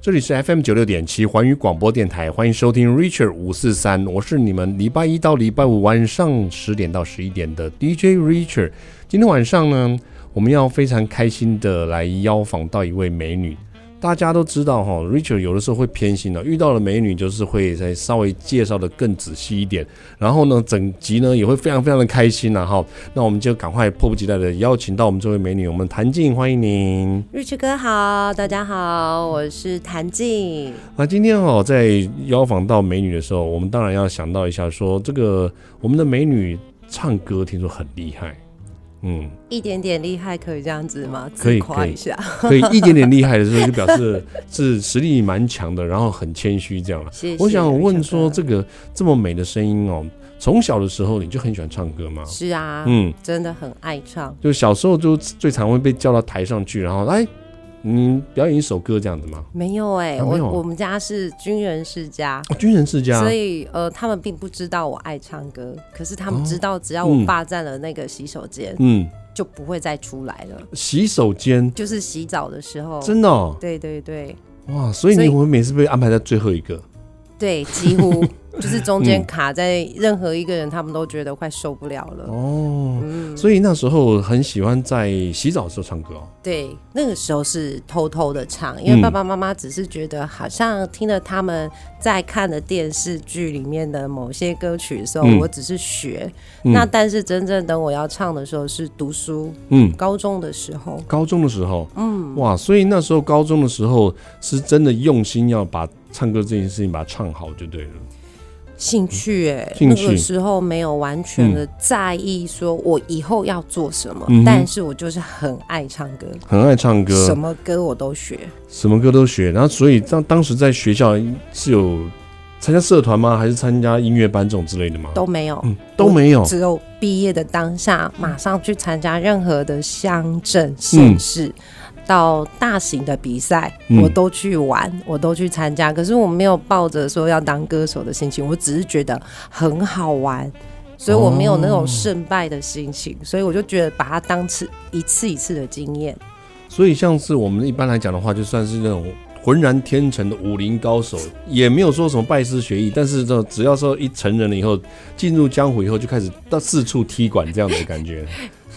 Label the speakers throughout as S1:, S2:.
S1: 这里是 FM 九六点七环宇广播电台，欢迎收听 Richard 五四三，我是你们礼拜一到礼拜五晚上十点到十一点的 DJ Richard。今天晚上呢，我们要非常开心的来邀访到一位美女。大家都知道哈、Richard 有的时候会偏心的、遇到了美女就是会再稍微介绍的更仔细一点，然后呢，整集呢也会非常非常的开心啊、哈。那我们就赶快迫不及待的邀请到我们这位美女，我们谭静，欢迎您。
S2: Rich 哥好，大家好，我是谭静。
S1: 那今天哦，在邀访到美女的时候，我们当然要想到一下说这个我们的美女唱歌听说很厉害， 嗯，
S2: 一点点厉害，可以这样子吗？
S1: 可以
S2: 自夸一下，
S1: 可以一点点厉害的时候，就表示是实力蛮强的，然后很谦虚这样了。
S2: 谢谢。
S1: 我想问说，
S2: 这
S1: 这个这么美的声音哦，从小的时候你就很喜欢唱歌吗？
S2: 是啊，
S1: 嗯，
S2: 真的很爱唱。
S1: 就小时候就最常会被叫到台上去，然后来，你表演一首歌这样子吗？
S2: 没有哎、
S1: 啊没有
S2: 我我们家是军人世家。
S1: 哦，军人世家，
S2: 所以，呃，他们并不知道我爱唱歌，可是他们
S1: 哦
S2: 知道，只要
S1: 嗯
S2: 我霸占了那个洗手间，
S1: 嗯，
S2: 就不会再出来了。
S1: 洗手间，
S2: 就是洗澡的时候，
S1: 真的、哦。
S2: 对对对
S1: 哇，所以
S2: 所
S1: 你
S2: 以
S1: 我们每次被安排在最后一个，
S2: 对，几 乎就是中间
S1: 嗯
S2: 卡在任何一个人，他们都觉得快受不了了。
S1: 哦，
S2: 嗯
S1: 所以那时候很喜欢在洗澡的时候唱歌哦。
S2: 对，那个时候是偷偷的唱，因为
S1: 嗯
S2: 爸爸妈妈只是觉得好像听了他们在看的电视剧里面的某些歌曲的时候，
S1: 嗯
S2: 我只是学。
S1: 嗯
S2: 那但是真正等我要唱的时候是读书，
S1: 嗯，
S2: 高中的时候。
S1: 高中的时候，嗯，哇，所以那时候高中的时候是真的用心要把唱歌这件事情把它唱好就对了。
S2: 兴趣哎、
S1: 兴
S2: 那
S1: 趣
S2: 个时候没有完全的在意，说我以后要做什么，
S1: 嗯哼
S2: 但是我就是很爱唱歌，
S1: 很爱唱歌，
S2: 什
S1: 什么
S2: 么歌我都学。
S1: 歌都学。然后，所以当当时在学校是有参加社团吗？还是参加音乐班这种之类的吗？
S2: 都没有，
S1: 嗯，都没有。
S2: 只有毕业的当下，马上去参加任何的乡镇、县市。到大型的比赛，
S1: 嗯
S2: 我都去玩，我都去参加。可是我没有抱着说要当歌手的心情，我只是觉得很好玩，所以我没有那种胜败的心情，所以我就觉得把它当次一次一次的经验。
S1: 所以，像是我们一般来讲的话，就算是那种浑然天成的武林高手，也没有说什么拜师学艺，但是这只要说一成人了以后，进入江湖以后，就开始到四处踢馆这样的感 觉。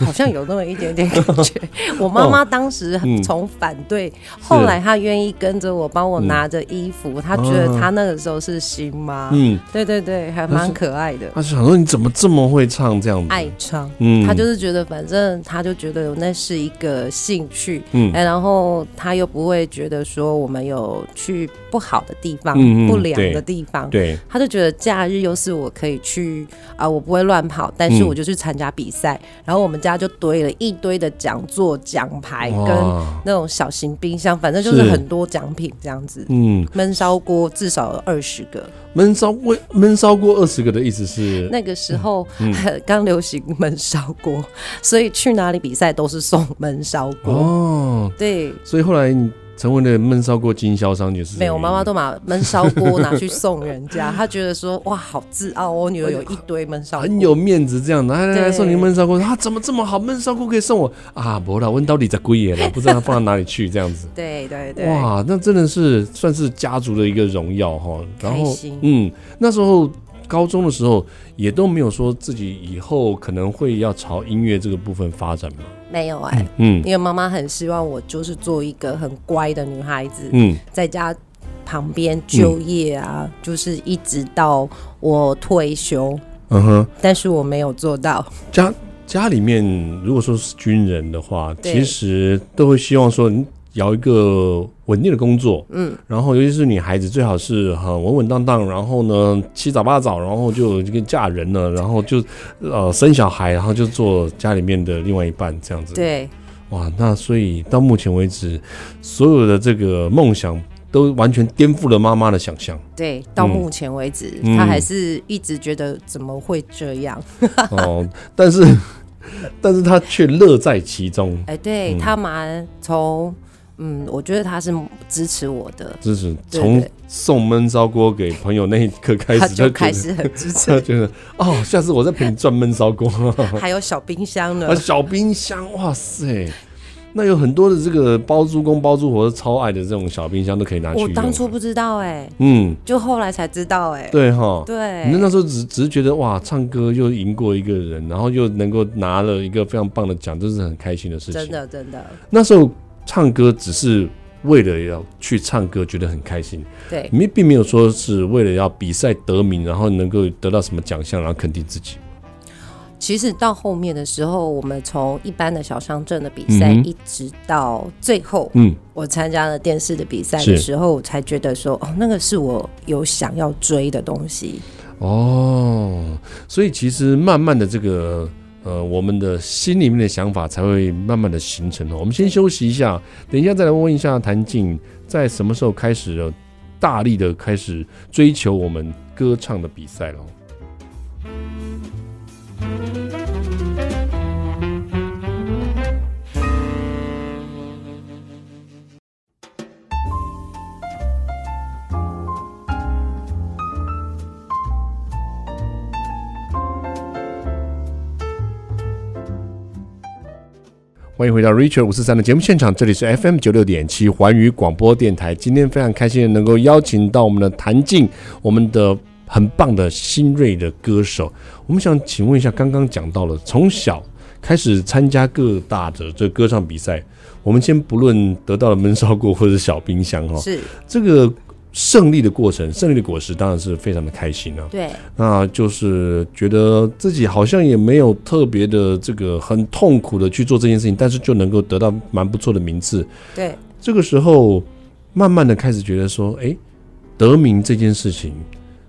S2: 好像有那么一点点感觉。我妈妈当时
S1: 嗯
S2: 从反对，后来她愿意跟着我，帮我拿着衣服。她觉得她那个时候是新妈，
S1: 嗯，
S2: 对对对，还蛮可爱的，
S1: 他就想说你怎么这么会唱这样子？
S2: 爱唱。
S1: 嗯
S2: 她哎就是觉得，反正她就觉得那是一个兴趣，
S1: 嗯
S2: 哎，然后她又不会觉得说我们有去不好的地方、
S1: 嗯嗯
S2: 不良
S1: 对
S2: 的地方。
S1: 对，
S2: 她就觉得假日又是我可以去啊、我不会乱跑，但是
S1: 嗯
S2: 我就去参加比赛。然后我们家就堆了一堆的讲座、奖牌跟
S1: 哇，
S2: 那种小型冰箱，反正就是
S1: 是
S2: 很多奖品这样子。
S1: 嗯，
S2: 焖烧锅至少有二十个，
S1: 闷烧味闷烧锅二十个的意思是，
S2: 那个时候
S1: 嗯
S2: 刚、流行焖烧锅，所以去哪里比赛都是送焖烧锅。
S1: 哦，
S2: 对，
S1: 所以后来你成为了闷烧锅经销商就是这个
S2: 没有，我妈妈
S1: 原因
S2: 都把焖烧锅拿去送人家，她觉得说哇，好自傲哦，我女儿有一堆焖烧锅。
S1: 很有面子这样，来来来，
S2: 对
S1: 送你焖烧锅啊，怎么这么好？焖烧锅可以送我啊？不啦，问到底在贵耶 了，不知道它放到哪里去这样子。
S2: 对对对，
S1: 哇，那真的是算是家族的一个荣耀哈。然
S2: 开
S1: 后
S2: 心，
S1: 嗯，那时候高中的时候也都没有说自己以后可能会要朝音乐这个部分发展嘛。
S2: 没有哎、
S1: 嗯
S2: 因为妈妈很希望我就是做一个很乖的女孩子，
S1: 嗯
S2: 在家旁边就业啊，就是一直到我退休，
S1: 嗯哼，
S2: 但是我没有做到。
S1: 家家里面如果说是军人的话，
S2: 对
S1: 其实都会希望说你有一个稳定的工作。
S2: 嗯，
S1: 然后尤其是女孩子，最好是很稳稳当当，然后呢七早八早，然后就这个嫁人了，然后就呃生小孩，然后就做家里面的另外一半这样子。，
S2: 对，
S1: 哇，那所以到目前为止，所有的这个梦想都完全颠覆了妈妈的想 象
S2: 对，到
S1: 嗯
S2: 目前为止，
S1: 嗯
S2: 他还是一直觉得怎么会这样？
S1: 哦，但是但是她却乐在其中，
S2: 哎、对、
S1: 嗯
S2: 他蛮从。嗯，我觉得他是支持我的，
S1: 真是
S2: 对
S1: 从
S2: 对
S1: 送焖烧锅给朋友那一刻开
S2: 他
S1: 始，她
S2: 就
S1: 觉
S2: 开
S1: 得
S2: 始很 支
S1: 她
S2: 持，
S1: 觉得哦，下次我 再陪你赚焖烧锅。
S2: 还有小冰箱呢
S1: 啊，，小冰箱，哇塞！那有很多的这个包租公包租婆超爱的这种小冰箱都可以拿去
S2: 我
S1: 用。
S2: 当初不知道哎，
S1: 嗯，
S2: 就后来才知道哎。
S1: 对哈，
S2: 对
S1: 你那时候只只是觉得哇，唱歌又赢过一个人，然后又能够拿了一个非常棒的奖，这是很开心的事情。
S2: 真，的真的，
S1: 那时候唱歌只是为了要去唱歌，觉得很开心，
S2: 对
S1: 没并没有说是为了要比赛得名，然后能够得到什么奖项，然后肯定自己。
S2: 其实到后面的时候，我们从一般的小乡镇的比赛，
S1: 嗯哼
S2: 一直到最后
S1: 嗯，
S2: 我参加了电视的比赛
S1: 是
S2: 的时候，我才觉得说，哦，那个是我有想要追的东西。
S1: 哦，所以其实慢慢的这个。呃，我们的心里面的想法才会慢慢的形成哦。我们先休息一下，等一下再来问一下谭静，在什么时候开始呃大力的开始追求我们歌唱的比赛了哦？欢迎回到 Richard 五四三的节目现场，这里是 FM 九六点七环宇广播电台。今天非常开心的能够邀请到我们的谭静，我们的很棒的新锐的歌手。我们想请问一下，刚刚讲到了从小开始参加各大的这歌唱比赛，我们先不论得到了闷烧锅或者是小冰箱哦，
S2: 是
S1: 这个胜利的过程，胜利的果实当然是非常的开心啊。
S2: 对，
S1: 那就是觉得自己好像也没有特别的这个很痛苦的去做这件事情，但是就能够得到蛮不错的名次。
S2: 对，
S1: 这个时候，慢慢的开始觉得说，哎，得名这件事情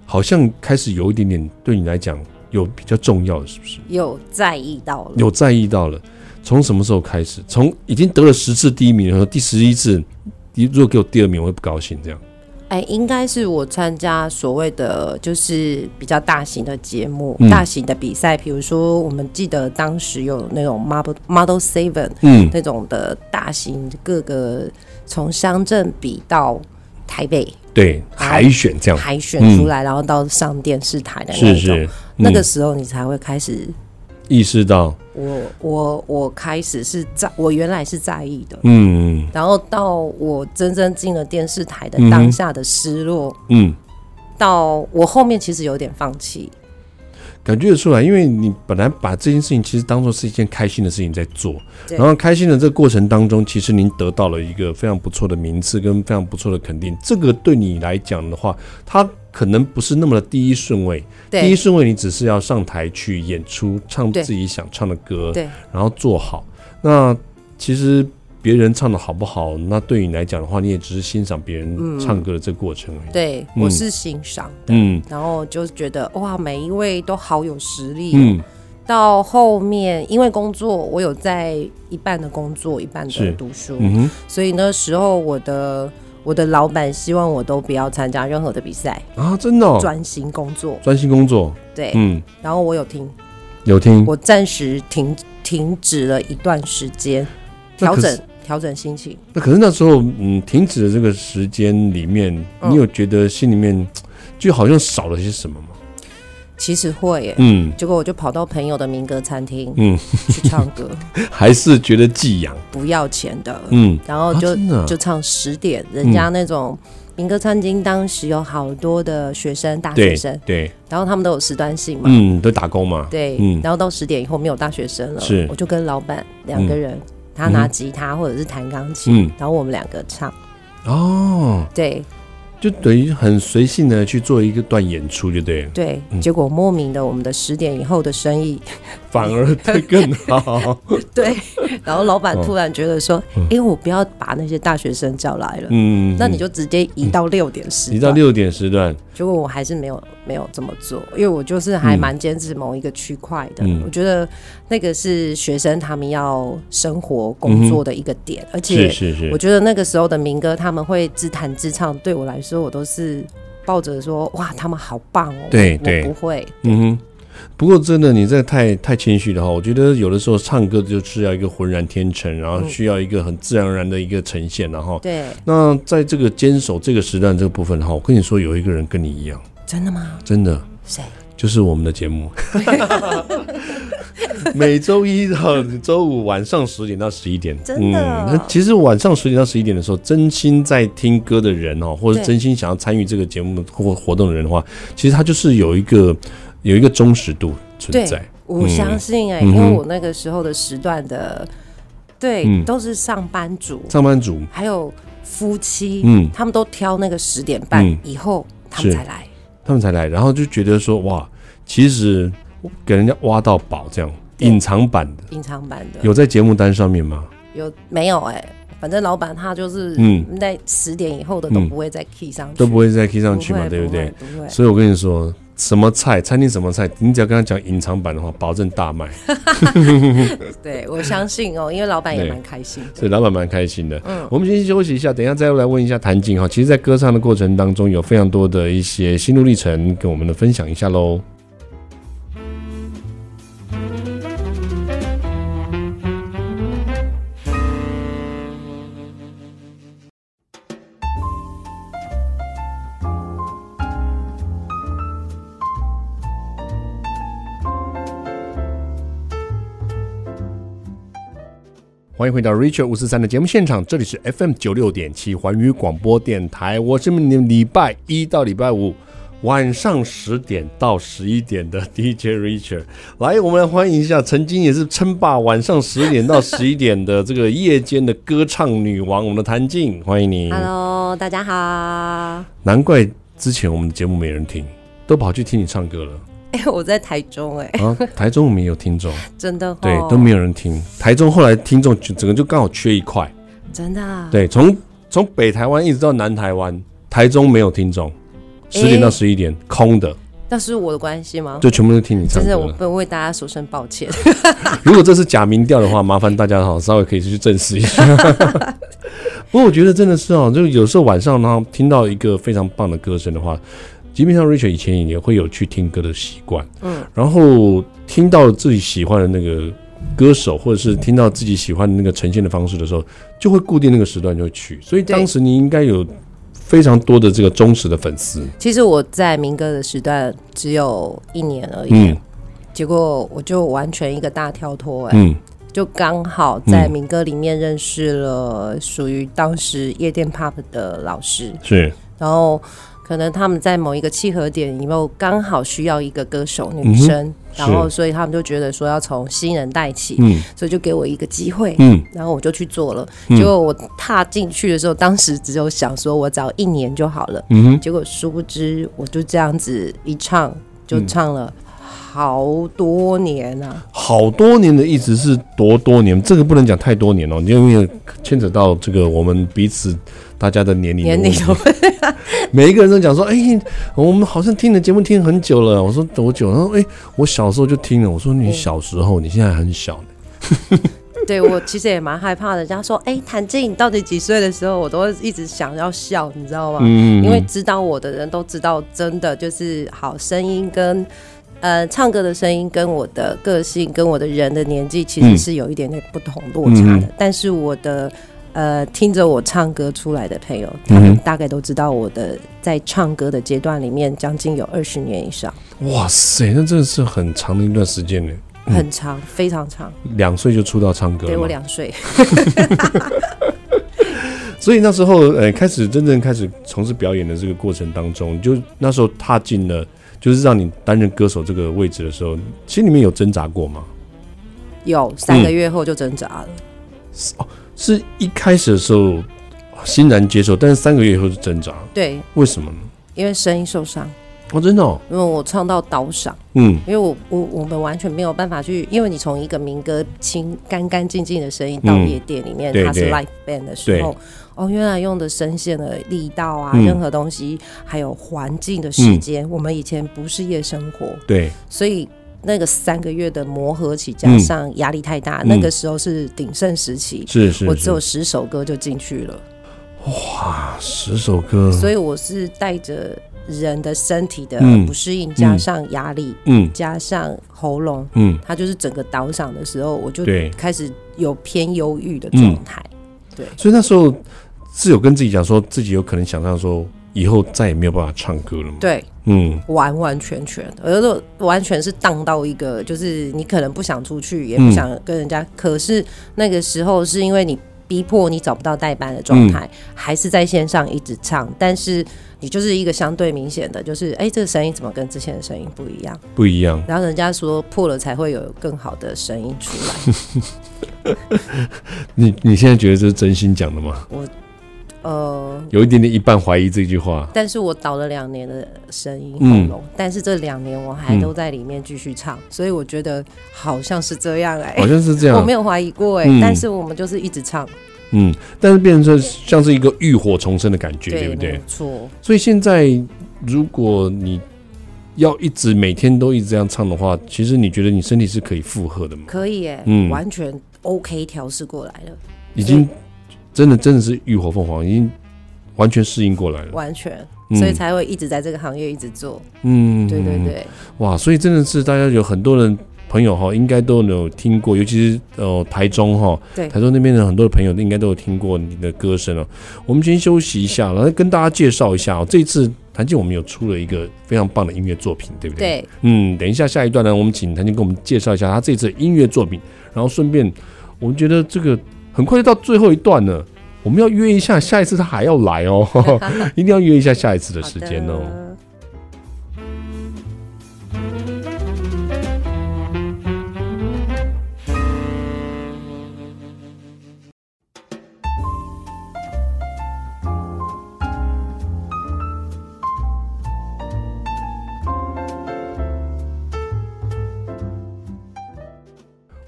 S1: 好像开始有一点点对你来讲有比较重要了，是不是？
S2: 有在意到了，
S1: 有在意到了。从什么时候开始？从已经得了十次第一名的时候，第十一次，你如果给我第二名，我会不高兴。这样
S2: 哎，应该是我参加所谓的就是比较大型的节目、
S1: 嗯
S2: 大型的比赛，比如说我们记得当时有那种 Model Model Seven
S1: 嗯，
S2: 那种的大型各个从乡镇比到台北
S1: 对，海选这样
S2: 海选出来，然后到上电视台的那
S1: 哦嗯是
S2: 一种，
S1: 是，
S2: 那个
S1: 嗯、
S2: 时候你才会开始。
S1: 意识到，
S2: 我我我开始是在，我原来是在意的，
S1: 嗯
S2: 然后到我真正进了电视台的
S1: 嗯哼
S2: 当下的失落，
S1: 嗯。
S2: 到我后面其实有点放弃，
S1: 感觉得出来，因为你本来把这件事情其实当做是一件开心的事情在做，
S2: 对
S1: 然后开心的这个过程当中，其实您得到了一个非常不错的名次跟非常不错的肯定，这个对你来讲的话，它可能不是那么的第一顺位，第一
S2: 对
S1: 顺位你只是要上台去演出，唱
S2: 对
S1: 自己想唱的歌，
S2: 对
S1: 然后做好。那其实别人唱的好不好，那对你来讲的话，你也只是欣赏别
S2: 嗯
S1: 人唱歌的这个过程而已。
S2: 对，
S1: 嗯
S2: 我是欣赏的，
S1: 嗯
S2: 然后就觉得哇，每一位都好有实力。哦
S1: 嗯，
S2: 到后面因为工作，我有在一半的工作，一半
S1: 是
S2: 的读书，
S1: 嗯哼，
S2: 所以那时候我的我的老板希望我都不要参加任何的比赛，
S1: 啊，真的、哦，
S2: 专心工作。
S1: 专心工作，
S2: 对，
S1: 嗯，
S2: 然后我有听，
S1: 有听。
S2: 我暂时停停止了一段时间，
S1: 那
S2: 调
S1: 可是
S2: 整调整心情。
S1: 那可是那时候，嗯，停止的这个时间里面，
S2: 嗯
S1: 你有觉得心里面就好像少了些什么吗？
S2: 其实会耶，
S1: 嗯，
S2: 结果我就跑到朋友的民歌 餐厅，
S1: 嗯
S2: 去唱歌，
S1: 还是觉得寄养，
S2: 不要钱的，
S1: 嗯，
S2: 然后
S1: 啊
S2: 哦就、
S1: 真的啊
S2: 就唱十点，人家那种民歌餐厅当时有好多的学生，大学生，
S1: 对，
S2: 然后他们都有时段性嘛，
S1: 嗯，都打工嘛，
S2: 对，
S1: 嗯
S2: 然后到十点以后没有大学生了，
S1: 是
S2: 我就跟老板两个人，他拿吉他或者是弹钢琴，
S1: 嗯，
S2: 然后我们两个唱，
S1: 哦，
S2: 对
S1: 就等于很随性的去做一个段演出，就对了，
S2: 对，
S1: 嗯
S2: 结果莫名的我们的十点以后的生意，
S1: 反而会更好，
S2: 对，然后老板
S1: 哦
S2: 突然觉得说，因为我不要把那些大学生叫来了。
S1: 嗯，
S2: 那你就直接移到六点十，
S1: 你到六点时段，
S2: 结果我还是没有没有这么做，因为我就是还蛮坚持某一个区块的。
S1: 嗯
S2: 我觉得那个是学生他们要生活
S1: 嗯
S2: 工作的一个点，而
S1: 是
S2: 且
S1: 是是
S2: 我，觉得那个时候的民歌他们会自弹自唱，对我来说我都是抱着说哇他们好棒哦，
S1: 对
S2: 我
S1: 对
S2: 我不会，
S1: 嗯哼。不过真的，你这太太谦虚了哈。我觉得有的时候唱歌就是要一个浑然天成，然后
S2: 嗯
S1: 需要一个很自然而然的一个呈现，然后
S2: 对，
S1: 那在这个坚守这个时段这个部分哈，我跟你说，有一个人跟你一样，
S2: 真的吗？
S1: 真的
S2: 谁？
S1: 就是我们的节 目，每周一到周五晚上十点到十一点。嗯
S2: 真的啊
S1: 那其实晚上十点到十一点的时候，真心在听歌的人哦，或者
S2: 对
S1: 真心想要参与这个节目或活动的人的话，其实他就是有一个有一个忠实度存
S2: 对
S1: 在。
S2: 我
S1: 嗯
S2: 相信哎、
S1: 嗯哼
S2: 因为我那个时候的时段的，对，
S1: 嗯
S2: 都是上班族，
S1: 上班族，
S2: 还有夫妻，
S1: 嗯
S2: 他们都挑那个十点半
S1: 嗯
S2: 以后、他们
S1: 是
S2: 才来。
S1: 他们才来，然后就觉得说哇，其实给人家挖到宝这样。
S2: 对
S1: 隐藏版的
S2: 隐藏版的
S1: 有在节目单上面吗？
S2: 有没有哎、反正老板他就是
S1: 嗯
S2: 在十点以后的都
S1: 嗯
S2: 不会再 key 上去，
S1: 都不会在 K 上
S2: 不
S1: 去嘛，
S2: 会
S1: 对
S2: 不
S1: 对
S2: 会？？不会，
S1: 所以我跟你说，什么菜，餐厅什么菜，你只要跟他讲隐藏版的话，保证大卖。
S2: 对我相 信哦，因为老板也蛮开心的。
S1: 所以老板蛮开心的。嗯，我们先休息一下，等一下再来问一下谭静哈。其实，在歌唱的过程当中，有非常多的一些心路历程，跟我们的分享一下喽。欢迎回到 Richard 五四三的节目现场，这里是 FM 九六点七环宇广播电台，我是你们礼拜一到礼拜五晚上十点到十一点的 DJ Richard。来，我们来欢迎一下，曾经也是称霸晚上十点到十一点的这个夜间的歌唱女王，我们的谭静，欢迎你。
S2: Hello，大家好。
S1: 难怪之前我们的节目没人听，都跑去听你唱 歌了。
S2: 哎、我在台中哎、
S1: 啊，台中我们也有听 众，
S2: 真的、哦、
S1: 对，都没有人听。台中后来听众就整个就刚好缺一块，
S2: 真的啊、
S1: 对，从从北台湾一直到南台湾，台中没有听众，十点到十一点、空的，
S2: 那是我的关系吗？
S1: 就全部都听你唱
S2: 真
S1: 歌
S2: 的，我
S1: 了。
S2: 不为大家说声抱歉。
S1: 如果这是假民调的话，麻烦大家哈稍微可以去证实一 下。不过我觉得真的是哦，就有时候晚上呢听到一个非常棒的歌声的话，基本上 Richard 以前也会有去听歌的习惯，
S2: 嗯，
S1: 然后听到自己喜欢的那个歌手，或者是听到自己喜欢的那个呈现的方式的时候，就会固定那个时段就会去，所以
S2: 对
S1: 当时你应该有非常多的这个忠实的粉丝，
S2: 其实我在民歌的时段只有一年而已，
S1: 嗯
S2: 结果我就完全一个大跳脱、哎、
S1: 嗯，
S2: 就刚好在民歌里面认识了属于当时夜店 pop 的老师，
S1: 是
S2: 然后可能他们在某一个契合点以后，刚好需要一个歌手
S1: 嗯
S2: 女
S1: 哼
S2: 生，然后所以他们就觉得说要从新人带起，
S1: 嗯
S2: 所以就给我一个机会。
S1: 嗯
S2: 然后我就去做了，
S1: 嗯
S2: 结果我踏进去的时候，当时只有想说，我只要一年就好了。
S1: 嗯哼
S2: 结果殊不知，我就这样子一唱，
S1: 嗯
S2: 就唱了好多年啊！
S1: 好多年的意思是多多年，这个不能讲太多年哦，因为牵扯到这个我们彼此大家的年龄的
S2: 年
S1: 问
S2: 龄
S1: 题
S2: 都
S1: 每一个人都讲说，哎、我们好像听你的节目听很久了。我说多久？他说，哎、我小时候就听了。我说你
S2: 嗯
S1: 小时候，你现在很小呢。
S2: 对我其实也蛮害怕的。人家说：“哎、谭静，你到底几岁的时候？”我都一直想要笑，你知道吗？
S1: 嗯
S2: 因为知道我的人都知道，真的就是好声音跟呃唱歌的声音跟我的个性跟我的人的年纪其实
S1: 嗯
S2: 是有一点点不同落差的，
S1: 嗯
S2: 但是我的。呃，听着我唱歌出来的朋友，
S1: 嗯哼
S2: 他们大概都知道我的在唱歌的阶段里面，将近有二十年以上，
S1: 哇塞，那真的是很长的一段时间呢。嗯
S2: 很长，非常长，
S1: 两岁就出道唱歌
S2: 给
S1: 了
S2: 我
S1: 嘛，
S2: 两岁。
S1: 所以那时候，呃，开始真正开始从事表演的这个过程当中，就那时候踏进了，就是让你担任歌手这个位置的时候，心里面有挣扎过吗？
S2: 有三
S1: 嗯
S2: 个月后就挣扎了，
S1: 是一开始的时候欣然接受，但是三个月以后就挣扎，
S2: 对，
S1: 为什么呢？
S2: 因为声音受伤，
S1: 哦，真的、哦，
S2: 因为我唱到刀伤。
S1: 嗯
S2: 因为我我我们完全没有办法去，因为你从一个民歌清干干净净的声音到
S1: 嗯
S2: 夜店里面，
S1: 对
S2: 它是
S1: 对
S2: live band 的时候，哦，原来用的声线的力道啊，
S1: 嗯
S2: 任何东西，还有环境的时间，我们以前不是夜生活，
S1: 对，
S2: 所以。那个三个月的磨合期，加
S1: 嗯
S2: 上压力太大，
S1: 嗯
S2: 那个时候是鼎盛时期，
S1: 是是
S2: 我
S1: 是
S2: 只有十首歌就进去了，
S1: 啊十首歌，
S2: 所以我是带着人的身体的
S1: 嗯
S2: 不适应，加
S1: 嗯
S2: 上压力，
S1: 嗯
S2: 加上喉咙，
S1: 嗯，
S2: 他就是整个倒赏的时候，我就
S1: 对
S2: 开始有偏忧郁的状态。
S1: 所以那时候是有跟自己讲说，自己有可能想象说以后再也没有办法唱歌了嘛，
S2: 对，
S1: 嗯，
S2: 完完全全，而且完全是荡到一个，就是你可能不想出去，也不想跟人家。可是那个时候是因为你逼迫你找不到代班的状态，还是在线上一直唱，但是你就是一个相对明显的，就是哎、这个声音怎么跟之前的声音不一样？
S1: 不一样。
S2: 然后人家说破了才会有更好的声音出来。
S1: 你你现在觉得这是真心讲的吗？
S2: 呃，
S1: 有一点点一半怀疑这句话。
S2: 但是我倒了两年的声音
S1: 嗯
S2: 喉咙，但是这两年我还都在里面继续唱，所以我觉得好像是这样哎、
S1: 好像是这
S2: 我
S1: 样
S2: 没，有怀疑过哎、
S1: 嗯
S2: 但是我们就是一直唱，
S1: 嗯，但是变成说像是一个浴火重生的感觉，对不
S2: 没
S1: 对
S2: 有？错，
S1: 所以现在如果你要一直每天都一直这样唱的话，其实你觉得你身体是可以负荷的吗？
S2: 可以哎、
S1: 嗯
S2: 完全 OK 调试过来了，
S1: 已经真的真的是浴火凤凰，已经完全适应过来了。
S2: 完全，
S1: 嗯
S2: 所以才会一直在这个行业一直做，
S1: 嗯
S2: 对对，对，
S1: 哇，所以真的是大家有很多人。朋友哈，应该都有听过，尤其是呃台中哈，
S2: 对
S1: 台中那边的很多的朋友应该都有听过你的歌声哦。我们先休息一下，然后跟大家介绍一下哦，这一次谭健我们有出了一个非常棒的音乐作品，对不对？
S2: 对，
S1: 嗯，等一下下一段呢，我们请谭健给我们介绍一下他这次的音乐作品，然后顺便，呃我们觉得这个很快就到最后一段了，我们要约一下，下一次他还要来 哦，一定要约一下下一次的时间哦。
S2: 好的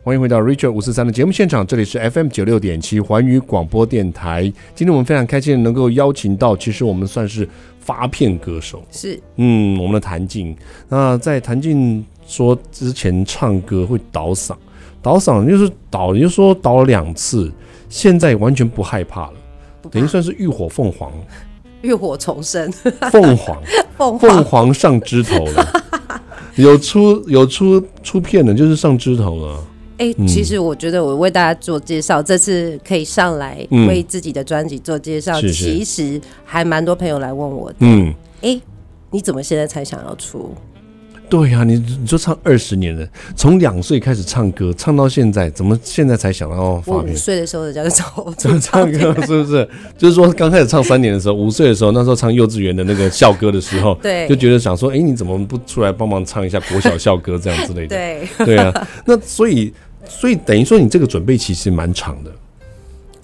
S1: 欢迎回到 Richard 五四三的节目现场，这里是 FM 九六点七环宇广播电台。今天我们非常开心能够邀请到，其实我们算是发片歌手，
S2: 是
S1: 嗯，我们的谭静。那在谭静说之前唱歌会倒嗓，倒嗓就是倒，也就是说倒了两次，现在完全不害怕了，
S2: 不怕
S1: 等于算是浴火凤 凰，
S2: 浴火重生，
S1: 凤凰，
S2: 凤
S1: 凤
S2: 凰
S1: 凰上枝头 了，有出有出出片的，就是上枝头了。
S2: 哎、
S1: 嗯
S2: 其实我觉得我为大家做介绍，这次可以上来
S1: 嗯
S2: 为自己的专辑做介绍，
S1: 是是
S2: 其实还蛮多朋友来问我，
S1: 嗯，
S2: 哎、你怎么现在才想要出？
S1: 对啊呀、你你说唱二十年了，从两岁开始唱歌，唱到现在，怎么现在才想要
S2: 我
S1: 发
S2: 五
S1: 片？
S2: 岁的时候人家就找 我
S1: 怎
S2: 出
S1: 么 唱 歌是不是？就是说刚开始唱三年的时候，五岁的时候，那时候唱幼稚园的那个校歌的时候，
S2: 对
S1: 就觉得想说，哎，你怎么不出来帮忙唱一下国小校歌这样之类的？
S2: 对，
S1: 对 啊，那所以所以等于说你这个准备期是蛮长的，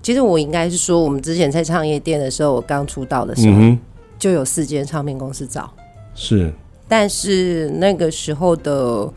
S2: 其实我应该是说，我们之前在唱夜店的时候，我刚出道的时
S1: 嗯
S2: 候、
S1: 哼，
S2: 就有四间唱片公司找，
S1: 是，
S2: 但是那个时候的，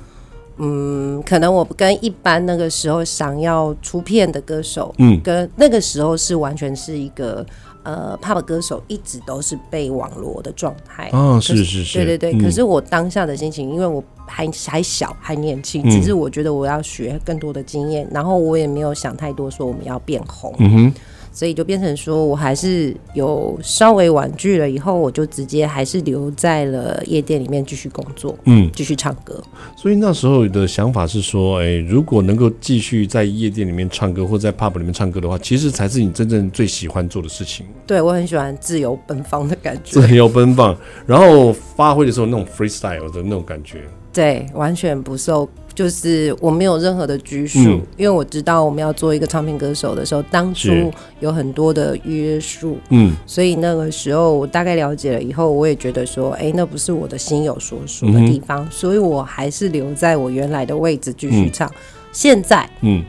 S2: 嗯，可能我跟一般那个时候想要出片的歌手，
S1: 嗯
S2: 跟那个时候是完全是一个呃 pop 歌手，一直都是被网罗的状态。
S1: 啊，
S2: 可
S1: 是是是，
S2: 对对对，
S1: 嗯
S2: 可是我当下的心情，因为我还还小，还年轻，
S1: 嗯
S2: 只是我觉得我要学更多的经验，然后我也没有想太多，说我们要变红，
S1: 嗯哼，
S2: 所以就变成说我还是有稍微婉拒了，以后我就直接还是留在了夜店里面继续工作，
S1: 嗯，
S2: 继续唱歌。
S1: 所以那时候的想法是说，哎，如果能够继续在夜店里面唱歌，或者在 pub 里面唱歌的话，其实才是你真正最喜欢做的事情，
S2: 对我很喜欢自由奔放的感觉，
S1: 自由奔放，然后发挥的时候那种 freestyle 的那种感觉，
S2: 对，完全不受，就是我没有任何的拘束，
S1: 嗯
S2: 因为我知道我们要做一个唱片歌手的时候，当初
S1: 是
S2: 有很多的约束，
S1: 嗯
S2: 所以那个时候我大概了解了以后，我也觉得说，哎、那不是我的心有所属
S1: 嗯
S2: 的地方，所以我还是留在我原来的位置继续唱。现在
S1: 嗯，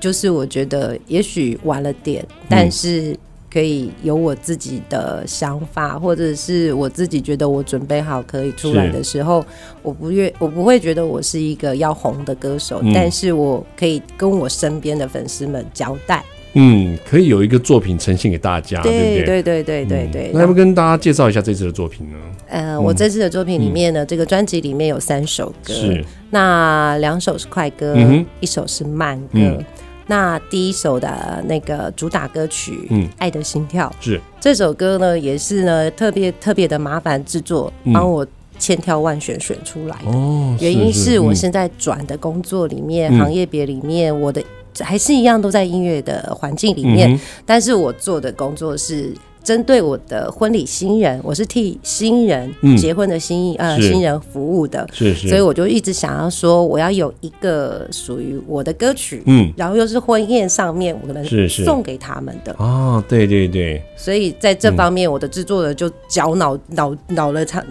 S2: 就是我觉得也许晚了点，但是可以有我自己的想法，或者是我自己觉得我准备好可以出来的时候，我不越我不会觉得我是一个要红的歌手，
S1: 嗯
S2: 但是我可以跟我身边的粉丝们交代。
S1: 嗯，可以有一个作品呈现给大家，
S2: 对
S1: 不啊对？嗯
S2: 对对对对对。
S1: 那要不跟嗯大家介绍一下这次的作品呢？
S2: 呃，我这次的作品里面呢，这个专辑里面有三首
S1: 嗯
S2: 歌，
S1: 是，
S2: 那两首是快歌，
S1: 嗯哼
S2: 一首是慢歌。
S1: 嗯
S2: 那第一首的那个主打歌曲《
S1: 嗯
S2: 爱的心跳》
S1: 是
S2: 这首歌呢，也是呢特别特别的麻烦制作
S1: 嗯
S2: 帮我千挑万选选出来的。
S1: 哦，
S2: 原因是我
S1: 嗯
S2: 现在转的工作里面、
S1: 嗯
S2: 行业别里面，我的还是一样都在音乐的环境里面，
S1: 嗯哼
S2: 但是我做的工作是针对我的婚礼新人，我是替新人、
S1: 嗯
S2: 结婚的新呃
S1: 是
S2: 新人服务的，
S1: 是是，
S2: 所以我就一直想要说，我要有一个属于我的歌曲，
S1: 嗯
S2: 然后又是婚宴上面我们
S1: 是是
S2: 送给他们的，
S1: 啊，对对对，
S2: 所以在这方面，我的制作人就绞脑脑脑了差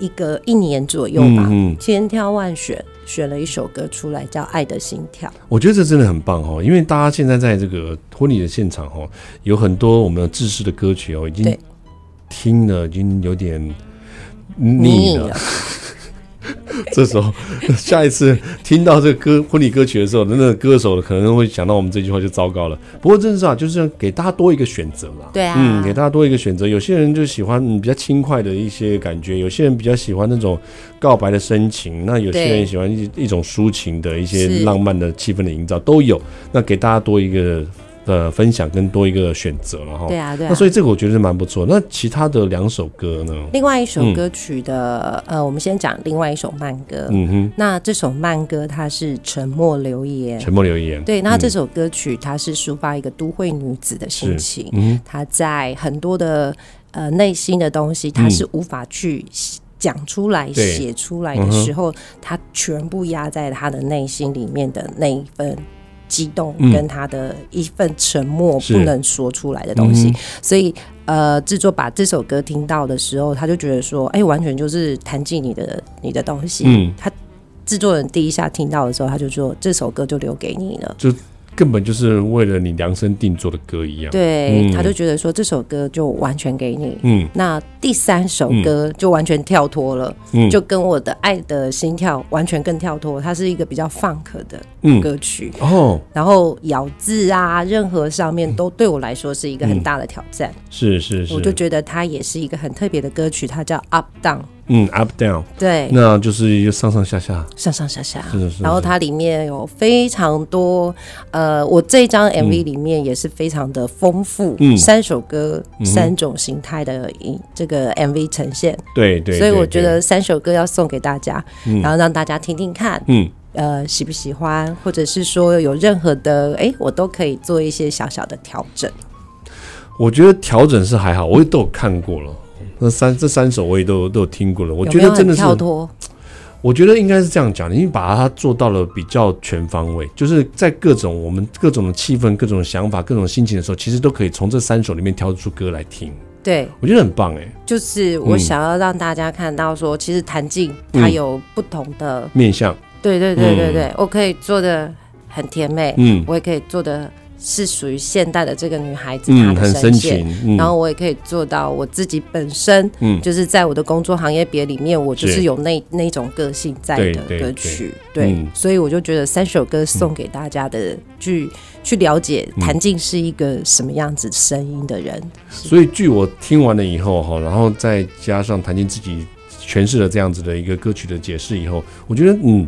S2: 一个一年左右吧，
S1: 嗯嗯，
S2: 千挑万选选了一首歌出来，叫《爱的心跳》。
S1: 我觉得这真的很棒哦，因为大家现在在这个婚礼的现场哦，有很多我们的制式的歌曲哦，已经
S2: 对
S1: 听了已经有点腻了。， 这时候，下一次听到这个歌婚礼歌曲的时候，那个歌手可能会想到我们这句话就糟糕了。不过真是啊，就是给大家多一个选择啦。
S2: 对啊
S1: 嗯，给大家多一个选择。有些人就喜欢嗯比较轻快的一些感觉，有些人比较喜欢那种告白的深情，那有些
S2: 对
S1: 人喜欢一一种抒情的一些
S2: 是
S1: 浪漫的气氛的营造都有。那给大家多一个呃分享跟多一个选择了哈。
S2: 对啊，对啊
S1: 那。所以这个我觉得是蛮不错。那其他的两首歌呢？
S2: 另外一首
S1: 嗯
S2: 歌曲的，呃，我们先讲另外一首慢歌。
S1: 嗯哼，
S2: 那这首慢歌它是《沉默留言》，
S1: 沉默留言。
S2: 对，那这
S1: 嗯
S2: 首歌曲它是抒发一个都会女子的心情，
S1: 嗯哼。
S2: 她在很多的呃内心的东西，她
S1: 嗯
S2: 是无法去讲出来、
S1: 对
S2: 写出来的时候，她全部压在她的内心里面的那一份。激动
S1: 嗯
S2: 跟她的一份沉默
S1: 是
S2: 不能说出来的东西，
S1: 嗯
S2: 所以呃，制作把这首歌听到的时候，他就觉得说，哎、完全就是弹进你的你的东西。
S1: 嗯
S2: 他制作人第一下听到的时候，他就说这首歌就留给你了。
S1: 根本就是为了你量身定做的歌一样。，
S2: 对，
S1: 嗯
S2: 他就觉得说这首歌就完全给你。
S1: 嗯
S2: 那第三首歌就完全跳脱了，
S1: 嗯，
S2: 就跟我的《爱的心跳》完全更跳脱。它是一个比较 funk 的
S1: 嗯
S2: 歌曲，
S1: 哦，
S2: 然后咬字啊，任何上面都对我来说是一个很大的挑战。
S1: 是是嗯是，
S2: 我就觉得它也是一个很特别的歌曲，它叫《Up Down》。
S1: 嗯 up down，
S2: 对，
S1: 那就是上上下下，
S2: 上上下下。
S1: 嗯是是是，
S2: 然后它里面有非常多，呃，我这一张 MV 里面也是非常的丰富，
S1: 嗯
S2: 三首歌、
S1: 嗯哼
S2: 三种形态的影这个 MV 呈现，
S1: 对对，
S2: 所以
S1: 对
S2: 我觉得三首歌要送给大家，
S1: 嗯
S2: 然后让大家听听看，
S1: 对嗯
S2: 呃，喜不喜欢，或者是说有任何的，哎，我都可以做一些小小的调整。
S1: 我觉得调整是还好，我也都有看过了。那三这三首我也都有都有听过了，我
S2: 有
S1: 觉
S2: 没有
S1: 得
S2: 很
S1: 真的是，
S2: 跳脱，
S1: 我觉得应该是这样讲，你把它做到了比较全方位，就是在各种我们各种的气氛、各种想法、各种心情的时候，其实都可以从这三首里面挑出歌来听，
S2: 对，
S1: 我觉得很棒哎，
S2: 就是我想要让大家看到说，其实弹镜它有不同的，
S1: 面向，
S2: 对对对对
S1: 嗯
S2: 对，我可以做的很甜美，
S1: 嗯
S2: 我也可以做的是属于现代的这个女孩子她
S1: 嗯，
S2: 的
S1: 很深
S2: 声线，
S1: 情，嗯
S2: 然后我也可以做到我自己本身。
S1: 嗯。
S2: 就是在我的工作行业别里面，我就是是有那那种个性在
S1: 对
S2: 的
S1: 对
S2: 歌
S1: 对
S2: 曲，对，
S1: 嗯
S2: 所以我就觉得三首歌送给大家的，去去了解谭静是一个什么样子声音的人，
S1: 所以据我听完了以后哈，然后再加上谭晶自己诠释了这样子的一个歌曲的解释以后，我觉得嗯，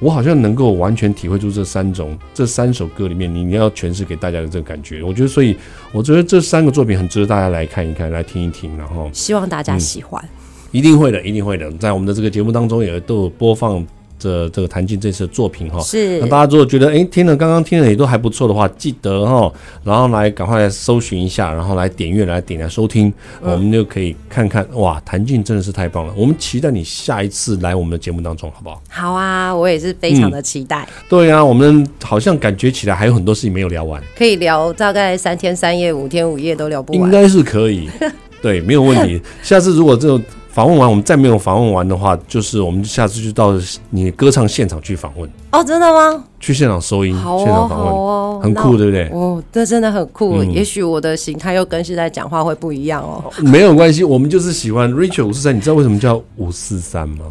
S1: 我好像能够完全体会出这三种这三首歌里面你要诠释给大家的这个感觉。我觉得，所以我觉得这三个作品很值得大家来看一看，来听一听，然后
S2: 希望大家
S1: 嗯
S2: 喜欢。
S1: 一定会的，一定会的。在我们的这个节目当中也都有播放这这个谭晶这次的作品哈。
S2: 是
S1: 那，大家如果觉得哎、诶听了刚刚听了也都还不错的话，记得哈，然后来赶快来搜寻一下，然后来点阅来点来收听，
S2: 嗯
S1: 我们就可以看看哇，谭静真的是太棒了。我们期待你下一次来我们的节目当中，好不好？
S2: 好啊，我也是非常的期待，
S1: 对啊，我们好像感觉起来还有很多事情没有聊完，
S2: 可以聊大概三天三夜、五天五夜都聊不
S1: 应
S2: 完。
S1: 该是可 以，对，没有问题。下次如果这种访问完，我们再没有访问完的话，就是我们下次就到你歌唱现场去访问，
S2: 哦，真的吗？
S1: 去现场收音，嗯
S2: 好
S1: 现场
S2: 哦，
S1: 访
S2: 好
S1: 问，
S2: 哦，
S1: 很
S2: 那
S1: 酷，。对不对？
S2: 哦，这真的很酷。
S1: 嗯
S2: 也许我的形态又跟现在讲话会不一样哦。
S1: 没有关系，我们就是喜欢 Rachel 五四三。你知道为什么叫五四三吗？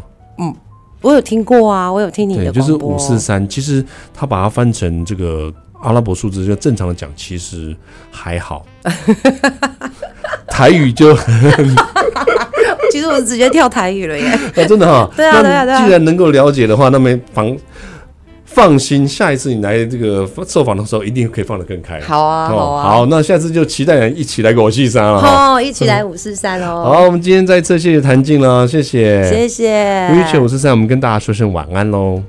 S2: 我有听过啊，我有听你
S1: 对，
S2: 的
S1: 就是
S2: 广播。
S1: 五四三。其实他把它翻成这个阿拉伯数字，就正常的讲，其实还 好。台语就
S2: 其实我直接跳台语了耶。
S1: 哦真的哈，
S2: 对啊
S1: 那
S2: 对啊对啊
S1: 既然能够了解的话，那么放放心，下一次你来这个受访的时候，一定可以放得更开。
S2: 好啊，好
S1: 哦，
S2: 啊，
S1: 好，那下次就期待人一起来给我戏山了哈。
S2: 好，一啊起来五四三哦。
S1: 好，啊我们今天再次谢谢谭静了，谢谢
S2: 谢谢。
S1: Rachel 五四三，我们跟大家说声晚安喽。